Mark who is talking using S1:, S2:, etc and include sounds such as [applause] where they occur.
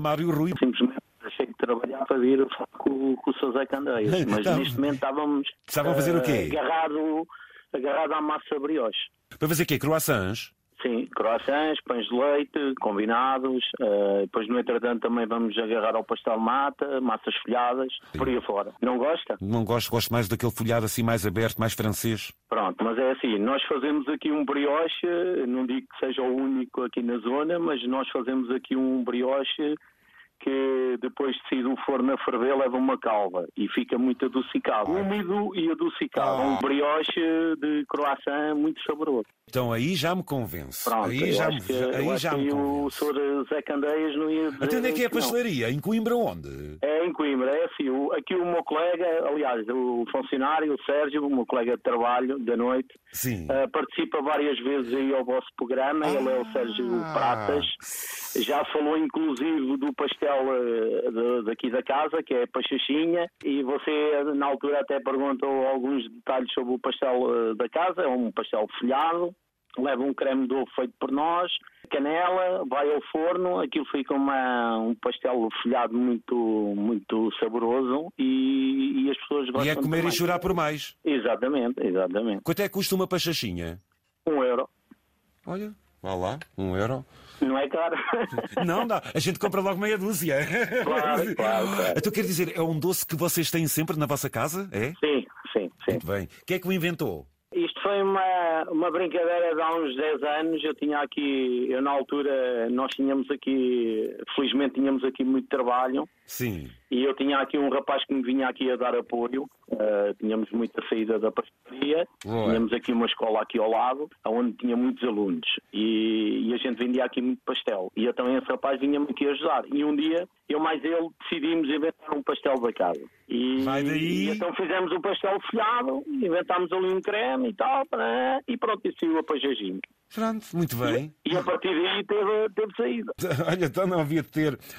S1: Mário Rui.
S2: Simplesmente deixei de trabalhar para vir falar com, com o Sr. Zé Candeias.
S1: [laughs]
S2: Mas
S1: Então,
S2: neste momento estávamos
S1: estavam a fazer o
S2: eh,
S1: quê?
S2: agarrado, agarrado à massa brioche.
S1: Para fazer o quê? Croissants?
S2: Sim, croissants, pães de leite, combinados. eh, depois, no entretanto, também vamos agarrar ao pastel mata, massas folhadas, por aí fora. Não gosta?
S1: Não gosto, gosto mais daquele folhado assim mais aberto, mais francês.
S2: Pronto, mas é assim, nós fazemos aqui um brioche, não digo que seja o único aqui na zona, mas nós fazemos aqui um brioche que depois de sair do forno a ferver leva uma calva e fica muito adocicado. Úmido e adocicado.
S1: Ah.
S2: Um brioche de croissant muito saboroso.
S1: Então aí já me convence.
S2: Pronto,
S1: aí
S2: eu
S1: já
S2: acho
S1: me,
S2: que, eu
S1: aí
S2: acho
S1: já
S2: que
S1: me
S2: aí o
S1: convence.
S2: Sr. Zé Candeias não ia dizer
S1: Até onde é que é a
S2: não.
S1: pastelaria? Em Coimbra onde?
S2: É em Coimbra, é assim. o- aqui o meu colega, aliás, o funcionário, o Sérgio, o meu colega de trabalho da noite,
S1: Sim.
S2: eh, participa várias vezes aí ao vosso programa. Ele é o Sérgio
S1: Ah. é
S2: Pratas. Já falou, inclusive, do pastel eh, de- daqui da casa, que é a Pachachinha. E você, na altura, até perguntou alguns detalhes sobre o pastel eh, da casa. É um pastel folhado. Leva um creme de ovo feito por nós, canela, vai ao forno, aquilo fica uma- um pastel folhado muito, muito saboroso e, e as pessoas gostam
S1: E é comer
S2: também.
S1: e chorar por mais.
S2: Exatamente, exatamente.
S1: Quanto é que custa uma pachachinha?
S2: Um euro.
S1: Olha, vá lá, um euro.
S2: Não é caro?
S1: Não, dá. A gente compra logo meia
S2: [laughs]
S1: dúzia.
S2: Claro, claro, claro.
S1: Então quer dizer, é um doce que vocês têm sempre na vossa casa? É?
S2: sim, sim, sim.
S1: Muito bem. Quem é que o inventou?
S2: Isto foi uma, uma brincadeira de há uns 10 anos. Eu tinha aqui, eu na altura, nós tínhamos aqui, felizmente tínhamos aqui muito trabalho.
S1: Sim.
S2: E eu tinha aqui um rapaz que me vinha aqui a dar apoio. Ah, tínhamos muita saída da pastelaria.
S1: Boa.
S2: Tínhamos aqui uma escola aqui ao lado, onde tinha muitos alunos. E, e a gente vendia aqui muito pastel. E então esse rapaz vinha-me aqui ajudar. E um dia, eu mais ele, decidimos inventar um pastel da casa. E,
S1: Vai daí.
S2: e então fizemos um pastel folhado, inventámos ali um creme e tal, né? e pronto, e saiu a pajajinha.
S1: Pronto, muito bem.
S2: E a partir daí teve, teve saída.
S1: [laughs] Olha, então não havia de ter.